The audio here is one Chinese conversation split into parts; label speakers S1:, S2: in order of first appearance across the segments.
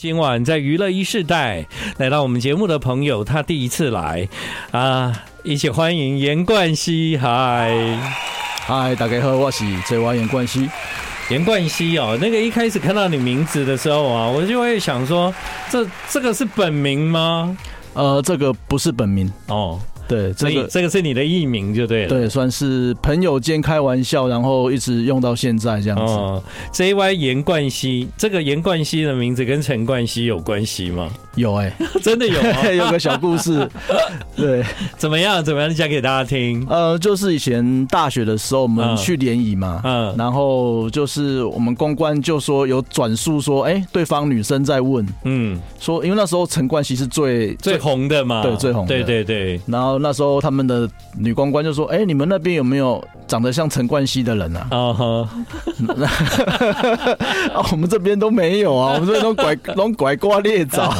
S1: 今晚在娱乐一世代来到我们节目的朋友，他第一次来啊，一起欢迎严冠希。嗨，
S2: 嗨，大家好，我是 JY 严冠希。
S1: 严冠希哦，那个一开始看到你名字的时候啊，我就会想说，这这个是本名吗？
S2: 呃，这个不是本名，
S1: 哦，
S2: 对，
S1: 所
S2: 这
S1: 以
S2: 个
S1: 这个是你的艺名就对了。
S2: 对算是朋友间开玩笑，然后一直用到现在这样子。
S1: 哦，JY 严冠希，这个严冠希的名字跟陈冠希有关系 吗？
S2: 有哎、
S1: 真的有、啊？
S2: 有个小故 事，对，
S1: 怎么样？怎么样？讲给大家听。
S2: 呃，就是以前大学的时候，我
S1: 嗯
S2: 们去联谊嘛，
S1: 嗯
S2: 然后就是我们公关就说有转述说，哎、对方女生在问
S1: 嗯，
S2: 说，因为那时候陈冠希是最
S1: 最红的嘛，
S2: 对最红的
S1: 对对对，
S2: 然后那时候他们的女公关就说：“哎、你们那边有没有长得像陈冠希的人啊？”
S1: 哦呵。
S2: 啊， 我们这边都没 有啊，我们这边都拐都拐瓜裂枣。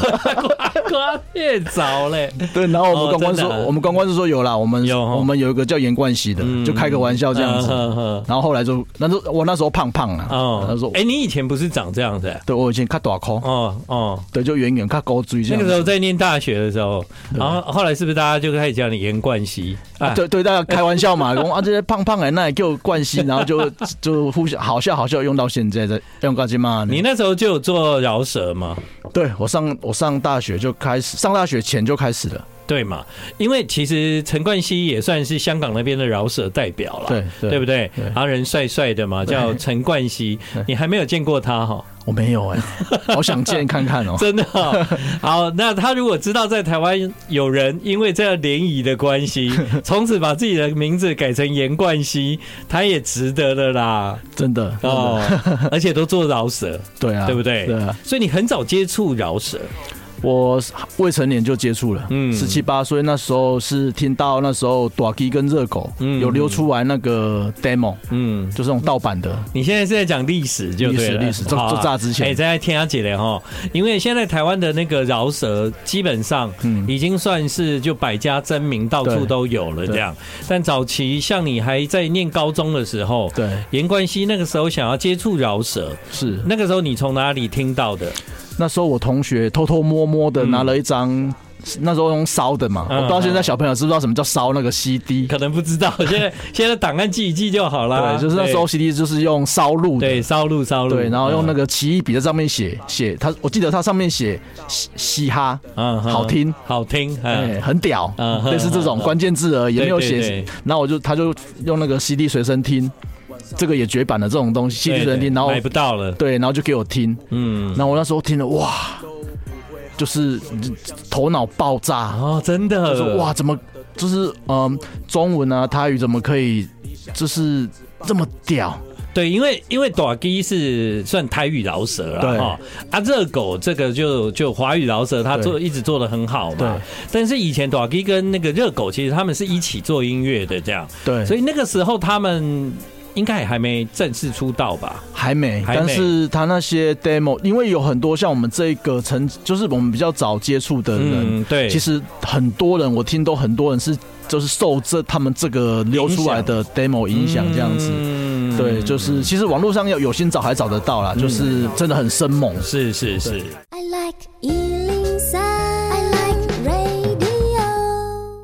S1: 瓜越早嘞，
S2: 对，然后我
S1: 哦
S2: 们公关
S1: 真
S2: 说，
S1: 的啊
S2: 我们公关就说有啦，我们
S1: 有哦
S2: 我们有一个叫严冠希的，就开个玩哦笑这样子。
S1: 嗯哼
S2: 然后后来就，那时候我那时候胖胖啊，
S1: 哼哦，
S2: 他说，
S1: 哎，你以前不是长这样子？
S2: 对我以前看短裤，
S1: 哦哦，
S2: 对，就远远看高追这
S1: 那
S2: 样
S1: 个时
S2: 子。
S1: 候在念大学的时候，然后后来是不是大家就开始叫你严冠希啊？
S2: 对对，大家开玩笑 嘛，讲啊这些胖胖的那也叫冠希，然后就 就互相好笑好笑，用到现在在用到今嘛。
S1: 你那时候就有做饶舌吗？
S2: 对我上我上大学就开始，上大学前就开始了。
S1: 对嘛？因为其实陈冠希也算是香港那边的饶舌代表了，
S2: 对对
S1: 对不对？
S2: 对
S1: 然后人帅帅的嘛，叫陈冠希
S2: 对，
S1: 你还没有见过他哈、
S2: 我没 有哎、好想见看看哦、
S1: 真的哦、好，那他如果知道在台湾有人因为这样联谊的关系， 从此把自己的名字改成严冠希，他也值得了啦。
S2: 真的哦，
S1: 哦，而且都做饶舌，
S2: 对啊，
S1: 对不对
S2: 对啊，
S1: 所以你很早接触饶舌。
S2: 我未成年就接触了，
S1: 嗯
S2: 嗯，十七八岁那时候是听到那时候 d a k i 跟热狗
S1: 嗯
S2: 有溜出来那个 demo，
S1: 嗯，
S2: 就是那种盗版的，
S1: 你现在是在讲历史就对了，
S2: 历史历史这
S1: 好啊
S2: 这炸之前
S1: 哎，再来听他姐的哈，因为现在台湾的那个饶舌基本上
S2: 嗯
S1: 已经算是就百家争鸣，到处
S2: 对
S1: 都有了这
S2: 对
S1: 样。但早期像你还在念高中的时候，
S2: 对，
S1: 严冠希那个时候想要接触饶舌，
S2: 是
S1: 那个时候你从哪里听到的？
S2: 那时候我同学偷偷摸摸的
S1: 嗯
S2: 拿了一张。那时候用烧的嘛，
S1: 嗯
S2: 我不知道现在小朋友知不知道什么叫烧那个 CD，
S1: 可能不知道，现在 现在档案记一记就好啦。
S2: 对，就是那时候 CD 就是用烧录的，
S1: 啊对烧录烧录，嗯
S2: 对，然后用那
S1: 个
S2: 个奇异笔在上面写写，它我记得它上面写嘻嘻哈，
S1: 嗯嗯
S2: 好听
S1: 好听，嗯
S2: 哎，很屌
S1: 嗯，哼
S2: 类似这种关键字而已，也没有
S1: 对对
S2: 写
S1: 对。
S2: 然后我就他就用那个 CD 随身听，这个也绝版的这种东西，CD 随身听，然后
S1: 买不到了，
S2: 对，然后就给我听，
S1: 嗯，
S2: 然后我那时候听了哇，就是头脑爆炸，
S1: 哦，真的，
S2: 就是哇，怎么就是嗯，中文啊，泰语怎么可以就是这么屌？
S1: 对，因为因为短鸡是算台语饶舌了
S2: 对
S1: 哈，啊热狗这个就就华语饶舌，他做一直做的很好嘛
S2: 对。
S1: 但是以前短鸡跟那个热狗其实他们是一起做音乐的这样，
S2: 对，
S1: 所
S2: 以
S1: 以那个时候他们应该也还没正式出道吧？
S2: 还没，
S1: 还没
S2: 但是他那些 demo，因为有很多像我们这一个层，就是我们比较早接触的人。
S1: 嗯，对，
S2: 其实很多人，我听都很多人是就是受这他们这个流出来的 demo 影响这样子。
S1: 嗯嗯
S2: 对，就是其实网络上要有心找还找得到啦，就是真的很生猛。
S1: 是是是。
S3: I like Ealing Sound. I like radio.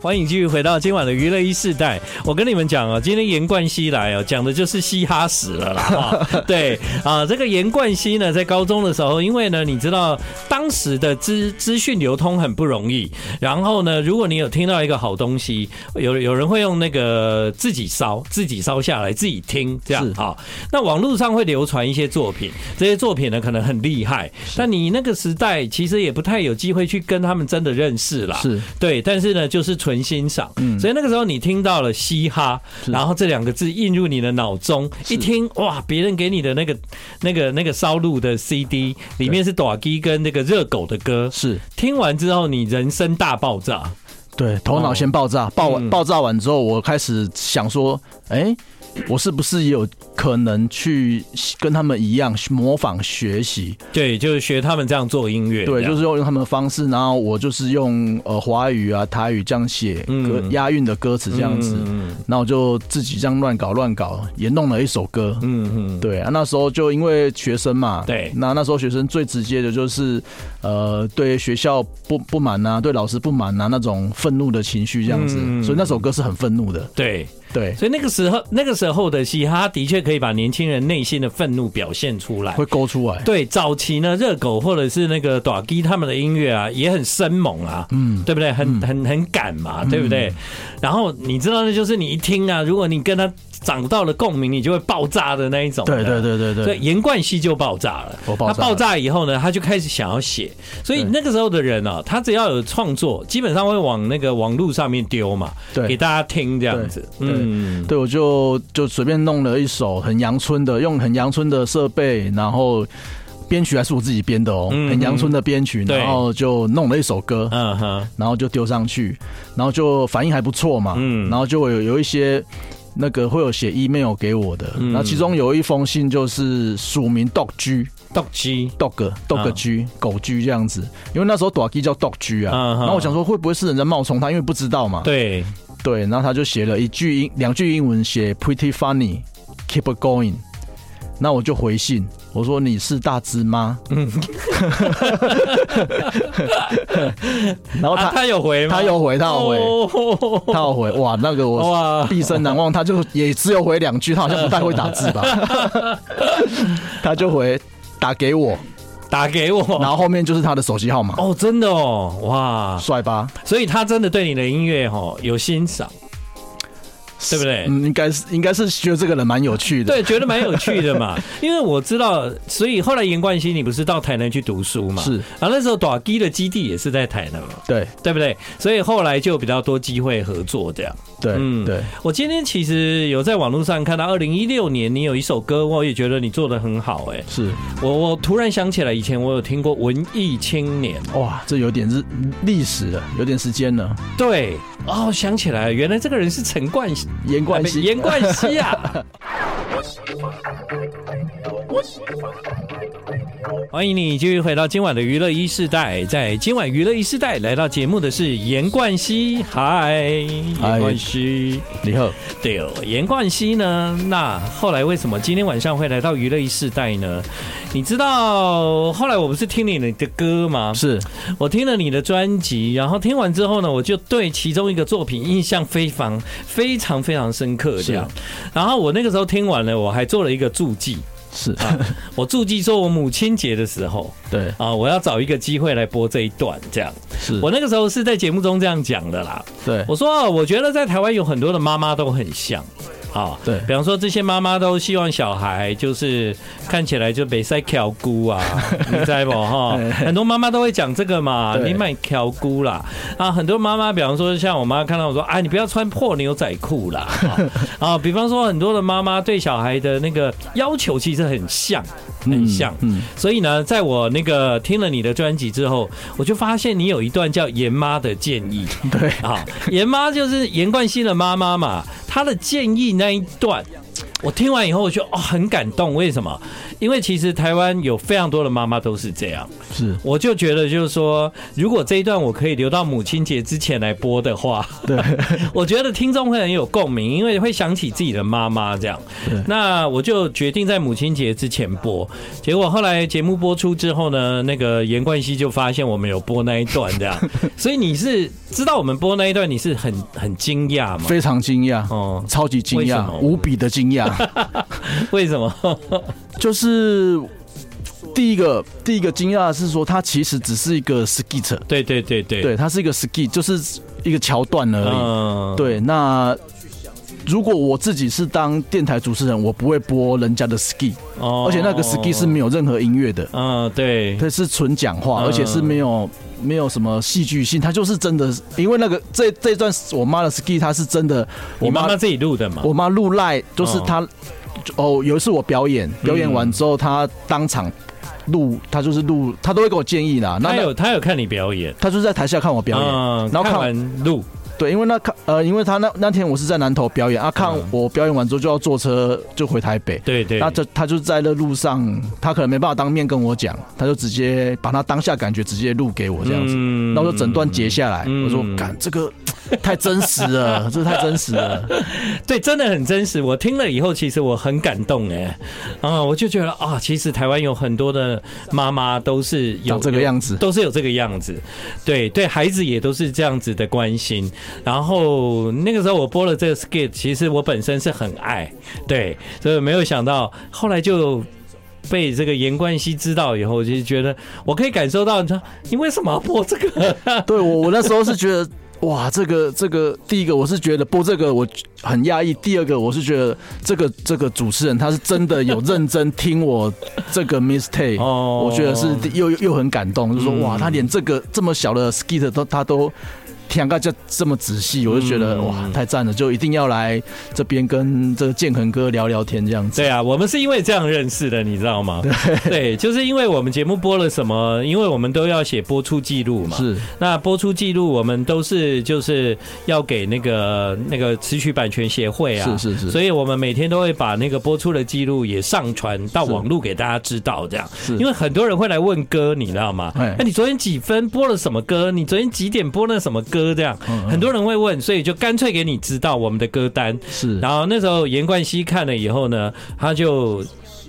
S1: 欢迎继续回到今晚的娱乐一世代。我跟你们讲啊，今天严冠希来哦，讲的就是嘻哈史了啦。哈对啊，这个严冠希呢，在高中的时候，因为呢，你知道当时的资资讯流通很不容易。然后呢，如果你有听到一个好东西，有有人会用那个自己烧，自己烧下来，自己听这样
S2: 是
S1: 好，那网络上会流传一些作品，这些作品呢可能很厉害，但你那个时代其实也不太有机会去跟他们真的认识啦。
S2: 是
S1: 对，但是呢，就是纯欣赏。
S2: 嗯
S1: 所以那个时候你听到了嘻哈，
S2: 是
S1: 然后这两个字印入你的脑中，一听哇，别人给你的那个、那个、那个烧录的 CD 里面是短鸡跟那个热狗的歌，
S2: 是，
S1: 听完之后你人生大爆炸。
S2: 对，头脑先爆炸，爆完、
S1: 哦嗯
S2: 爆炸完之后，我开始想说，哎、我是不是也有可能去跟他们一样模仿学习？
S1: 对，就是学他们这样做音乐，
S2: 对，
S1: 这
S2: 就
S1: 样
S2: 是用他们的方式，然后我就是用呃华语啊、台语这样写歌、
S1: 嗯
S2: 押韵的歌词这样子，
S1: 嗯
S2: 那、我就自己这样乱搞乱搞，也弄了一首歌。
S1: 嗯嗯，
S2: 对啊，那时候就因为学生嘛，
S1: 对
S2: 那那时候学生最直接的就是，呃，对学校不不满呐、对老师不满呐、啊那种愤怒的情绪这样子，
S1: 嗯
S2: 所以那首歌是很愤怒的，
S1: 对，
S2: 对，
S1: 所以那个时候那个时候的嘻哈的确可以把年轻人内心的愤怒表现出来
S2: 会。勾出来，
S1: 对，早期呢，热狗或者是那个短鸡他们的音乐啊，也很生猛啊，嗯，对不对？很很很敢嘛，对不
S2: 嗯
S1: 对？然后你知道，那就是你一听啊，如果你跟他找到了共鸣，你就会爆炸的那一种。
S2: 对对。对对
S1: 所
S2: 对
S1: 以，严冠希就爆炸了。
S2: 我爆炸
S1: 他爆炸以后呢，他就开始想要写。所以
S2: 对
S1: 那个时候的人啊，他只要有创作，基本上会往那个网络上面丢嘛，
S2: 对
S1: 给大家听这样
S2: 对
S1: 子。
S2: 对
S1: 嗯，
S2: 对，我就就随便弄了一首很阳春的，用很阳春的设备，然后编曲还是我自己编的哦，
S1: 嗯
S2: 很阳春的编曲，
S1: 对
S2: 然后就弄了一首歌，
S1: 嗯哼，
S2: 然后就丢上去，然后就反应还不错嘛，
S1: 嗯
S2: 然后就有有一些。那个会有写 email 给我的，
S1: 嗯
S2: 然后其中有一封信就是署名 dog g
S1: 斗鸡，
S2: dog dog g、狗 g 这样子，因为那时候 dog 叫 dog g 啊，
S1: 嗯哼
S2: 然后我想说会不会是人在冒充他，因为不知道嘛，
S1: 对，
S2: 对，然后他就写了一句英两句英文，写 pretty funny, keep it going。那我就回信，我说你是大只吗？嗯， 然后哦他、
S1: 啊，他有回吗？
S2: 他有回，他有回，
S1: 哦
S2: 他有回，哇，那个我
S1: 哇，
S2: 毕生难忘。他就也只有回两句，他好像不太会打 字吧？他就回打给我，
S1: 打给我，
S2: 然后后面就是他的手机号码，
S1: 哦，真的哦，哇，
S2: 帅吧？
S1: 所以他真的对你的音乐哦有欣赏，对不对？
S2: 嗯，应该是应该是觉得这个人蛮有趣的，
S1: 哎对，觉得蛮有趣的嘛，因为我知道，所以后来严冠希你不是到台南去读书嘛？
S2: 是，
S1: 然后那时候短基的基地也是在台南嘛，
S2: 对
S1: 对不对？所以后来就有比较多机会合作这样。
S2: 对、
S1: 嗯
S2: 对，
S1: 我今天其实有在网络上看到，二零一六年你有一首歌，我也觉得你做的很好、哎，
S2: 是。
S1: 我我突然想起来，以前我有听过《文艺青年》。
S2: 哇，这有点日历史了，有点时间了。
S1: 对，哦，想起来了，原来这个人是陈冠希，
S2: 严冠希，
S1: 严冠希啊。 欢迎你继续回到今晚的娱乐一世代，在今晚娱乐一世代来到节目的是严冠希，嗨，严
S2: 嗨
S1: 冠希，
S2: 你好，
S1: 对哦，严冠希呢？那后来为什么今天晚上会来到娱乐一世代呢？你知道后来我不是听你的歌吗？
S2: 是
S1: 我听了你的专辑，然后听完之后呢，我就对其中一个作品印象非常、非常、非常深刻。这样，然后我那个时候听完了，我还做了一个注记。
S2: 是，
S1: 我注记说，我母亲节的时候
S2: 对
S1: 啊，我要找一个机会来播这一段。这样，
S2: 是，
S1: 我那个时候是在节目中这样讲的啦。
S2: 对
S1: 我说、啊，我觉得在台湾有很多的妈妈都很像。啊，
S2: 对
S1: 比方说这些妈妈都希望小孩就是看起来就没塞挑菇 啊，你知不哈？很多妈妈都会讲这个嘛，
S2: 对
S1: 你买挑菇啦啊，很多妈妈比方说像我妈看到我说，哎，你不要穿破牛仔裤啦 啊啊，比方说很多的妈妈对小孩的那个要求其实很像，很像，
S2: 嗯，
S1: 所以呢，在我那个听了你的专辑之后，我就发现你有一段叫“严妈的建议
S2: 嗯对”
S1: 啊，严妈就是严冠希的妈妈嘛，她的建议那一段。我听完以后，我就哦很感动。为什么？因为其实台湾有非常多的妈妈都是这样。
S2: 是，
S1: 我就觉得，就是说，如果这一段我可以留到母亲节之前来播的话，
S2: 对
S1: 我觉得听众会很有共鸣，因为会想起自己的妈妈这样
S2: 对。
S1: 那我就决定在母亲节之前播，结果后来节目播出之后呢，那个严冠希就发现我们有播那一段这样， 所以你是知道我们播那一段，你是很很惊讶吗？
S2: 非常惊讶，
S1: 哦，
S2: 超级惊
S1: 为什
S2: 讶
S1: 么，
S2: 无比的惊讶，
S1: 为什么？
S2: 就是。第一个，第一个惊讶的是说，它其实只是一个 skit，
S1: 对对对对，
S2: 对，它是一个 skit，就是一个桥段而已。
S1: 嗯，
S2: 对，那如果我自己是当电台主持人，我不会播人家的 skit，、
S1: 哦
S2: 而且那个 skit 是没有任何音乐的。
S1: 嗯，对，
S2: 它是纯讲话，
S1: 嗯
S2: 而且是没有没有什么戏剧性，它就是真的，因为那个这这段我妈的 ski，它是真的，
S1: 你
S2: 我
S1: 妈妈自己录的嘛？
S2: 我妈录赖，就是她就哦，有一次我表演，
S1: 嗯
S2: 表演完之后，她当场录，她就是录，她都会给我建议啦，那
S1: 她
S2: 那
S1: 有她有看你表演，
S2: 她就是在台下看我表演，
S1: 嗯
S2: 然后
S1: 看
S2: 看
S1: 完录，
S2: 对，因为那看呃，因为他那那天我是在南投表演啊，看
S1: 嗯
S2: 我表演完之后就要坐车就回台北，
S1: 对对，
S2: 那这他就在那路上，他可能没办法当面跟我讲，他就直接把他当下感觉直接录给我这样子，
S1: 嗯
S2: 那我就整段截下来，
S1: 嗯
S2: 我说，干这个 太真实了，这太真实了，
S1: 对，真的很真实。我听了以后，其实我很感动哎，啊，我就觉得啊，其实台湾有很多的妈妈都是有
S2: 长这个样子，
S1: 都是有这个样子，对对，孩子也都是这样子的关心。然后那个时候我播了这个 skit，其实我本身是很爱，对，所以没有想到后来就。被这个严冠希知道以后，就觉得我可以感受到，你说你为什么要播这个？
S2: 对我我那时候是觉得。 哇，这个这个，第一个我是觉得播这个我很压抑，第二个我是觉得这个这个主持人他是真的有认真听我这 个 mistake，
S1: 哦
S2: 我觉得是又又又很感动，就说
S1: 嗯
S2: 哇，他连这个这么小的 skit 都他都听个这这么仔细，我就觉得
S1: 嗯
S2: 哇，太赞了，就一定要来这边跟这个建恒哥聊聊天这样子。
S1: 对啊，我们是因为这样认识的，你知道吗？对，就是因为我们节目播了什么，因为我们都要写播出记录嘛。
S2: 是
S1: 那播出记录，我们都是就是要给那个那个词曲版权协会啊，
S2: 是是是，
S1: 所以我们每天都会把那个播出的记录也上传到
S2: 是
S1: 网络给大家知道，这样。
S2: 是
S1: 因为很多人会来问歌，你知道吗？
S2: 哎
S1: 哎、你昨天几分播了什么歌？你昨天几点播了什么歌？这样，
S2: 嗯嗯
S1: 很多人会问，所以就干脆给你知道我们的歌单。
S2: 是
S1: 然后那时候严冠希看了以后呢，他就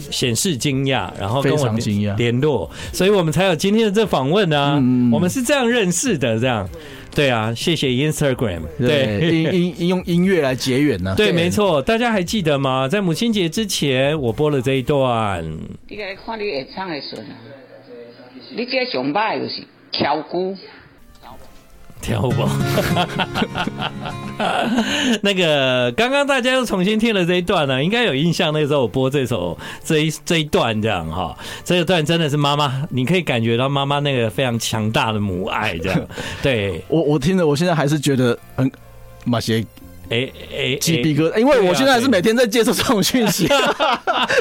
S1: 显示惊讶，然后跟
S2: 非
S1: 我
S2: 常
S1: 联
S2: 惊讶，
S1: 联络，所以我们才有今天的这访问啊。
S2: 嗯嗯嗯
S1: 我们是这样认识的，这样。对啊，谢谢 Instagram。
S2: 对，音音音用音乐来结缘啊呢。
S1: 对，没错，大家还记得吗？在母亲节之前，我播了这一段。
S4: 你来看你会唱的时阵，啊你这上歹就是翘姑。
S1: 跳舞， 那个刚刚大家又重新听了这一段呢、啊应该有印象。那时候我播这首这一这一段这样哈，这一段真的是妈妈，你可以感觉到妈妈那个非常强大的母爱这 样。对，
S2: 我我听着，我现在还是觉得很马些
S1: 哎哎，
S2: 鸡皮
S1: 哥，
S2: 疙瘩，因为
S1: 对啊
S2: 我现在还是每天在接受这种讯息。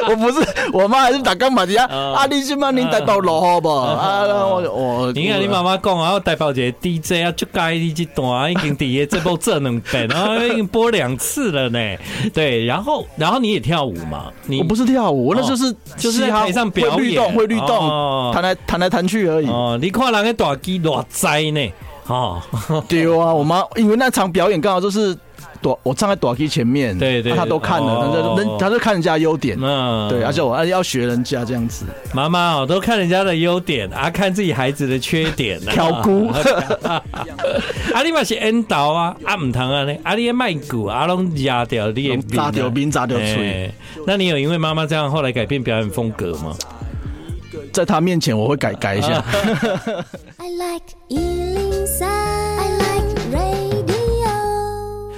S2: 我不是，我妈还是打干马的呀。
S1: 哦嗯
S2: 啊，你去嘛，你带到落好不好？啊，我我，
S1: 你看你妈
S2: 妈，
S1: 妈讲啊，我代表一个 DJ 啊，就该你这段已经底下这部这两遍，然后已经播两次了呢。对，然后然后你也跳舞嘛，你
S2: 我不是跳舞，我那就是
S1: 哦就是在
S2: 嘻哈
S1: 台上表演
S2: 会律动，会律
S1: 哦
S2: 动，弹来弹来弹去而已。
S1: 哦，你看人家大鸡偌灾呢，哦，
S2: 丢啊！我妈因为那场表演刚好就是躲，我站在躲 K 前面，
S1: 对对
S2: 啊她都看
S1: 哦
S2: 了，人人她就看人家优点，
S1: 嗯，
S2: 对，而且我啊要学人家这样子。
S1: 妈妈哦，都看人家的优点啊，看自己孩子的缺点、啊，
S2: 挑骨
S1: 啊，你嘛是引导啊，啊唔通啊呢，啊你的卖骨啊拢压掉你的
S2: 扎掉
S1: 面
S2: 冰，扎
S1: 啊
S2: 掉嘴。
S1: 哎那你有因为妈妈这样后来改变表演风格吗？
S2: 在她面前我会改改一
S1: 嗯
S2: 下。
S3: I like Ealing Sound. I like radio.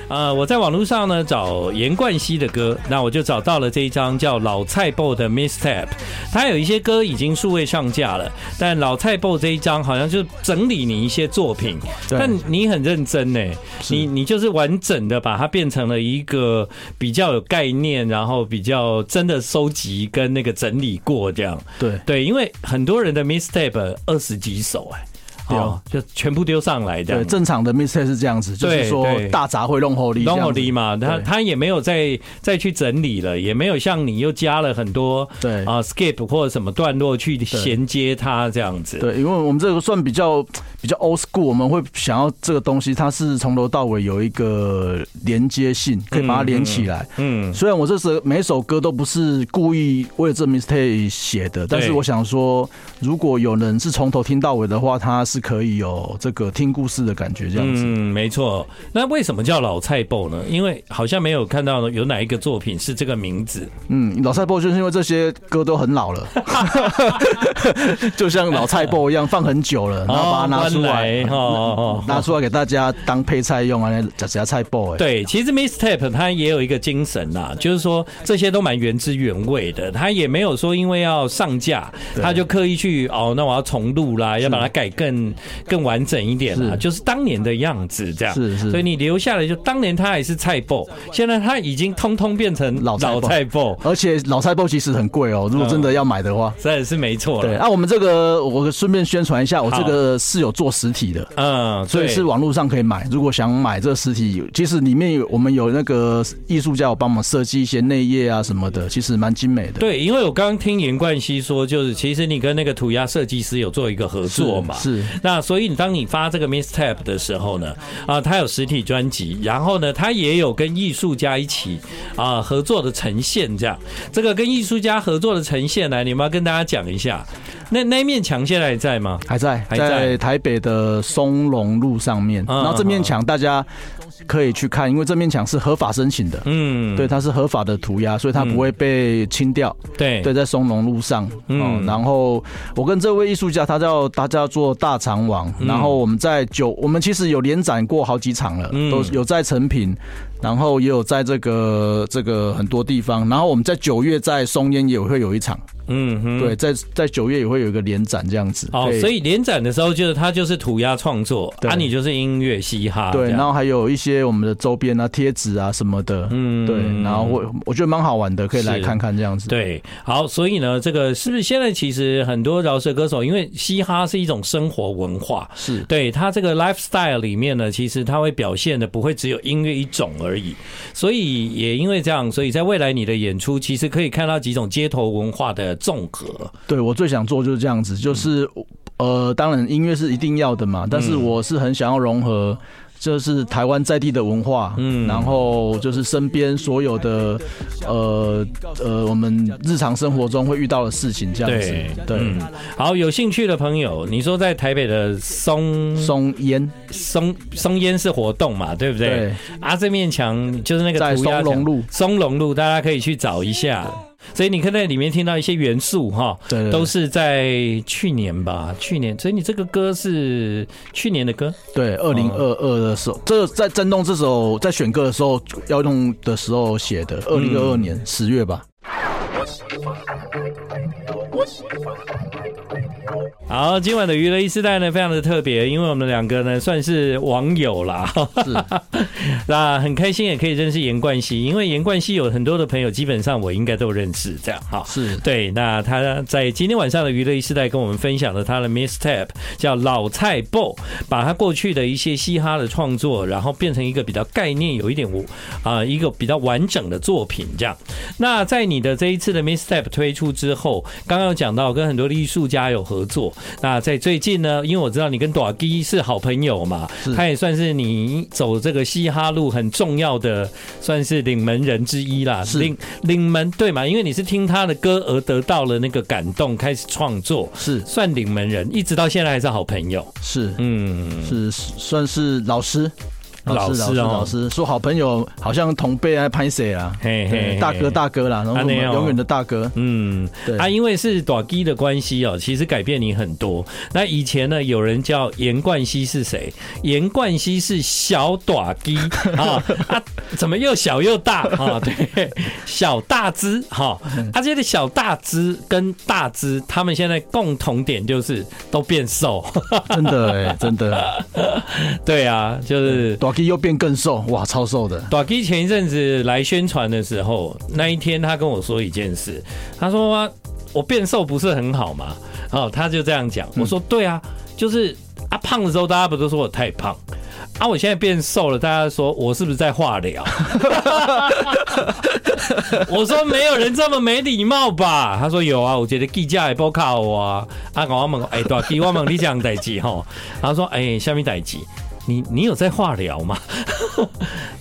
S1: 呃，我在网络上呢找严冠希的歌，那我就找到了这一张叫《老菜脯》的 Mistap，他有一些歌已经数位上架了，但《老菜脯》这一张好像就是整理你一些作品，
S2: 对
S1: 但你很认真呢，
S2: 是
S1: 你你就是完整的把它变成了一个比较有概念，然后比较真的收集跟那个整理过这样，
S2: 对，
S1: 对，因为很多人的 Mistap 二十几首哎、
S2: 对啊
S1: 哦，就全部丢上来这样
S2: 对，
S1: 子。
S2: 正常的 mistake 是这样子，就是说
S1: 对
S2: 大杂烩弄后力，
S1: 弄好力嘛，他
S2: 对
S1: 他也没有再再去整理了，也没有像你又加了很多
S2: 对
S1: 啊 skip 或者什么段落去衔接它这样子。
S2: 对，因为我们这个算比较比较 old school，我们会想要这个东西，它是从头到尾有一个连接性，可以把它连起来。
S1: 嗯，
S2: 虽然我这首每首歌都不是故意为了这 mistake 写的，但是我想说，如果有人是从头听到尾的话，它是可以有这个听故事的感觉这样子。
S1: 嗯，没错。那为什么叫老菜脯呢？因为好像没有看到有哪一个作品是这个名字。
S2: 嗯，老菜脯就是因为这些歌都很 老了，就像老菜脯一样放很久了，然后把它拿出来，
S1: 哦哦哦
S2: 拿出来给大家当配菜用啊，夹夹菜脯哎。
S1: 对，其实 Mistap 它也有一个精神啦，就是说这些都蛮原汁原味的，它也没有说因为要上架，
S2: 对
S1: 它就刻意去哦，那我要重录啦，要把它改更更更完整一点啦，
S2: 是
S1: 就是当年的样子这样。
S2: 是是
S1: 所以你留下来就当年他还是菜爆，现在他已经通通变成
S2: 老菜
S1: 老
S2: 脯
S1: 菜爆，
S2: 而且老菜包其实很贵哦，如果真的要买的话。
S1: 这也是没错
S2: 对，
S1: 了。
S2: 那、我们这个我顺便宣传一下，我这个是有做实体的，
S1: 嗯，
S2: 所以
S1: 对
S2: 是网络上可以买。如果想买这个实体，其实里面有我们有那个艺术家有帮我们设计一些内页啊什么的，其实蛮精美的。
S1: 对，因为我刚刚听严冠希说，就是其实你跟那个涂鸦设计师有做一个合作嘛，
S2: 是是
S1: 那所以你当你发这个 Mistap 的时候呢，啊，他有实体专辑，然后呢，他也有跟艺术家一起啊合作的呈现，这样。这个跟艺术家合作的呈现呢，你们要跟大家讲一下。那那一面墙现在还在吗？
S2: 还在
S1: 还在
S2: 在台北的松隆路上面，
S1: 嗯
S2: 然后这面墙大家可以去看，因为这面墙是合法申请的，
S1: 嗯，
S2: 对，它是合法的涂鸦，所以它不会被清掉。
S1: 对
S2: 对，在松隆路上，嗯，然后我跟这位艺术家，他叫他叫做大肠王，
S1: 嗯
S2: 然后我们在九，我们其实有连展过好几场了，
S1: 嗯
S2: 都有在成品，然后也有在这个这个很多地方，然后我们在九月在松烟也会有一场，
S1: 嗯哼。
S2: 对，在在九月也会有一个连展这样子，
S1: 哦，
S2: 对
S1: 所以联展的时候，就是他就是涂鸦创作，
S2: 对
S1: 啊，你就是音乐嘻哈，啊
S2: 对，
S1: 这样
S2: 然后还有一些我们的周边啊、贴纸啊什么的，嗯，对，然后我我觉得蛮好玩的，可以来
S1: 是
S2: 看看这样子，
S1: 对，好，所以呢，这个是不是现在其实很多饶舌歌手，因为嘻哈是一种生活文化，
S2: 是
S1: 对他这个 lifestyle 里面呢，其实他会表现的不会只有音乐一种而已，所以也因为这样，所以在未来你的演出其实可以看到几种街头文化的综合，
S2: 对我最想做就是这样子，就是、呃，当然音乐是一定要的嘛，但是我是很想要融合。就是台湾在地的文化，嗯，然后就是身边所有的，呃呃，我们日常生活中会遇到的事情，这样子
S1: 对，
S2: 对，
S1: 嗯好，有兴趣的朋友，你说在台北的松
S2: 松烟
S1: 松松烟是活动嘛，对不对？
S2: 对
S1: 啊，这面墙就是那个
S2: 在
S1: 涂鸦
S2: 松隆
S1: 墙
S2: 路
S1: 松隆路大家可以去找一下。所以你可以在里面听到一些元素哈，
S2: 对对对
S1: 都是在去年吧，去年。所以你这个歌是去年的歌，
S2: 对，二零二二的时候，这在震动这首在选歌的时候要用的时候写的，二零二二
S1: 嗯
S2: 年十月吧，
S1: 好，今晚的娱乐一时代呢，非常的特别，因为我们两个呢算是网友啦， 那很开心也可以认识严冠希，因为严冠希有很多的朋友，基本上我应该都认识，这样哈。
S2: 是
S1: 对，那他在今天晚上的娱乐一时代跟我们分享了他的 mistap，叫老菜爆，把他过去的一些嘻哈的创作，然后变成一个比较概念有一点无啊、一个比较完整的作品这样。那在你的这一次的 mistap 推出之后，刚刚有讲到跟很多的艺术家有合作，那在最近呢，因为我知道你跟朵基是好朋友嘛，他也算是你走这个嘻哈路很重要的，算是领门人之一啦。
S2: 是
S1: 领领门对嘛？因为你是听他的歌而得到了那个感动，开始创作，
S2: 是
S1: 算领门人，一直到现在还是好朋友。
S2: 是
S1: 嗯，
S2: 是算是老师，
S1: 老师
S2: 老师，
S1: 哦
S2: 老师说好朋友好像同辈啊，拍谁啊？
S1: 嘿嘿
S2: 对大哥大哥啦，然后我
S1: 这
S2: 们
S1: 样哦
S2: 永远的大哥，
S1: 嗯，
S2: 对
S1: 啊，因为是短基的关系哦，其实改变你很多。那以前呢，有人叫严冠希是谁？严冠希是小短 基啊啊，怎么又小又大啊？对，小大只哈，啊，这个小大只跟大只，他们现在共同点就是都变瘦。
S2: 真的哎、真的，
S1: 对啊，就是
S2: 大哥又变更瘦，哇，超瘦的，
S1: 短 K 前一阵子来宣传的时候，那一天他跟我说一件事，他说、啊、我变瘦不是很好嘛，哦，他就这样讲。
S2: 嗯
S1: 我说对啊，就是啊胖的时候大家不都说我太胖，啊我现在变瘦了，大家说我是不是在化疗？ 我说没有人这么没礼貌吧？他说有啊，我觉得记者也不靠我啊。啊，我问哎，大 K，我问你讲代志吼，他说哎，下面代志，你你有在化疗吗？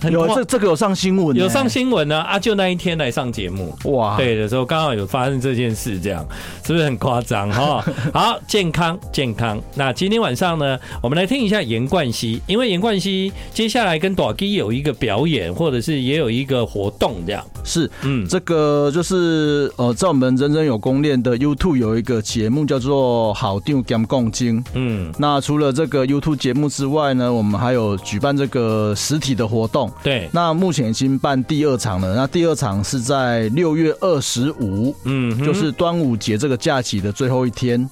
S1: 很
S2: 有
S1: 夸
S2: 这这个有上新闻、
S1: 有上，新闻呢、啊，就那一天来上节目。
S2: 哇，
S1: 对的时候刚好有发生这件事，这样是不是很夸张 哈？好，健康健康。那今天晚上呢，我们来听一下严冠希，因为严冠希接下来跟朵基有一个表演，或者是也有一个活动这样。
S2: 是，
S1: 嗯
S2: 嗯，这个就是呃，在我们人人有公链的 YouTube 有一个节目叫做《好定 g a 共经》。
S1: 嗯，
S2: 那除了这个 YouTube 节目之外呢，我们还有举办这个实体的活动。
S1: 对，
S2: 那目前已经办第二场了，那第二场是在六月二十五，
S1: 嗯哼，
S2: 就是端午节这个假期的最后一天。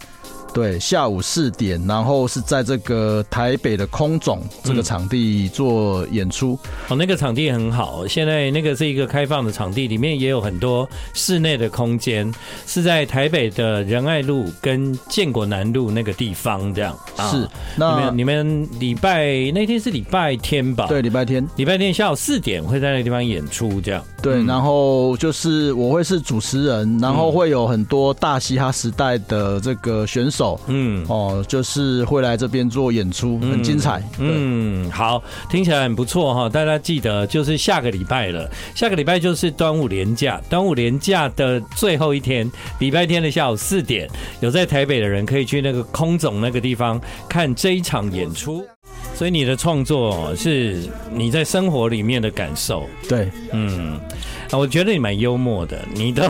S2: 对，下午四点，然后是在这个台北的空总这
S1: 嗯
S2: 个场地做演出。
S1: 哦，那个场地很好，现在那个是一个开放的场地，里面也有很多室内的空间，是在台北的仁爱路跟建国南路那个地方这样。啊
S2: 是，
S1: 你
S2: 那
S1: 们你们礼拜那天是礼拜天吧？
S2: 对，礼拜天
S1: 礼拜天下午四点会在那个地方演出，这样。
S2: 对，然后就是我会是主持人，然后会有很多大嘻哈时代的这个选手。
S1: 嗯
S2: 哦，就是会来这边做演出，很精彩。嗯，
S1: 嗯，好，听起来很不错哈。大家记得，就是下个礼拜了，下个礼拜就是端午连假，端午连假的最后一天，礼拜天的下午四点，有在台北的人可以去那个空总那个地方看这一场演出。所以你的创作是你在生活里面的感受，
S2: 对，
S1: 嗯，啊我觉得你蛮幽默的，你 都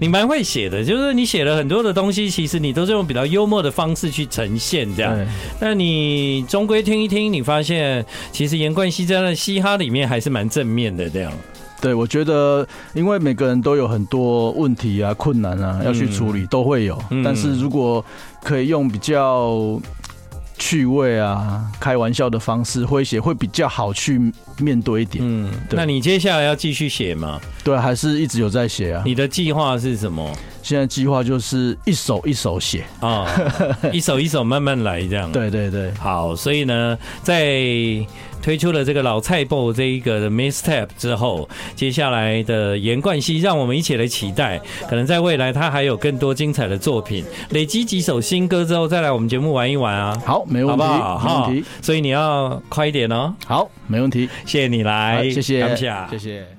S1: 你蛮会写的，就是你写了很多的东西，其实你都是用比较幽默的方式去呈现这样。
S2: 对，
S1: 那你终归听一听，你发现其实严冠希在那嘻哈里面还是蛮正面的，这样。
S2: 对，我觉得，因为每个人都有很多问题啊、困难啊要去处理，都会有。
S1: 嗯
S2: 但是如果可以用比较趣味啊、开玩笑的方式诙谐，会比较好去面对一点。
S1: 嗯，
S2: 对
S1: 那你接下来要继续写吗？
S2: 对，还是一直有在写啊。
S1: 你的计划是什么
S2: 现在计划就是一首一首写。
S1: 啊？一首一首慢慢来，这样。。
S2: 对对对，
S1: 好，所以呢，在推出了这个老菜包这一个的 misstep 之后，接下来的严冠希，让我们一起来期待，可能在未来他还有更多精彩的作品，累积几首新歌之后，再来我们节目玩一玩啊，
S2: 好，没
S1: 好
S2: 问
S1: 不
S2: 题，
S1: 好？
S2: 没问题。
S1: 所以你要快一点哦。
S2: 好，没问题。
S1: 谢谢你来，
S2: 好谢谢，
S1: 哎感谢，啊
S2: 谢谢。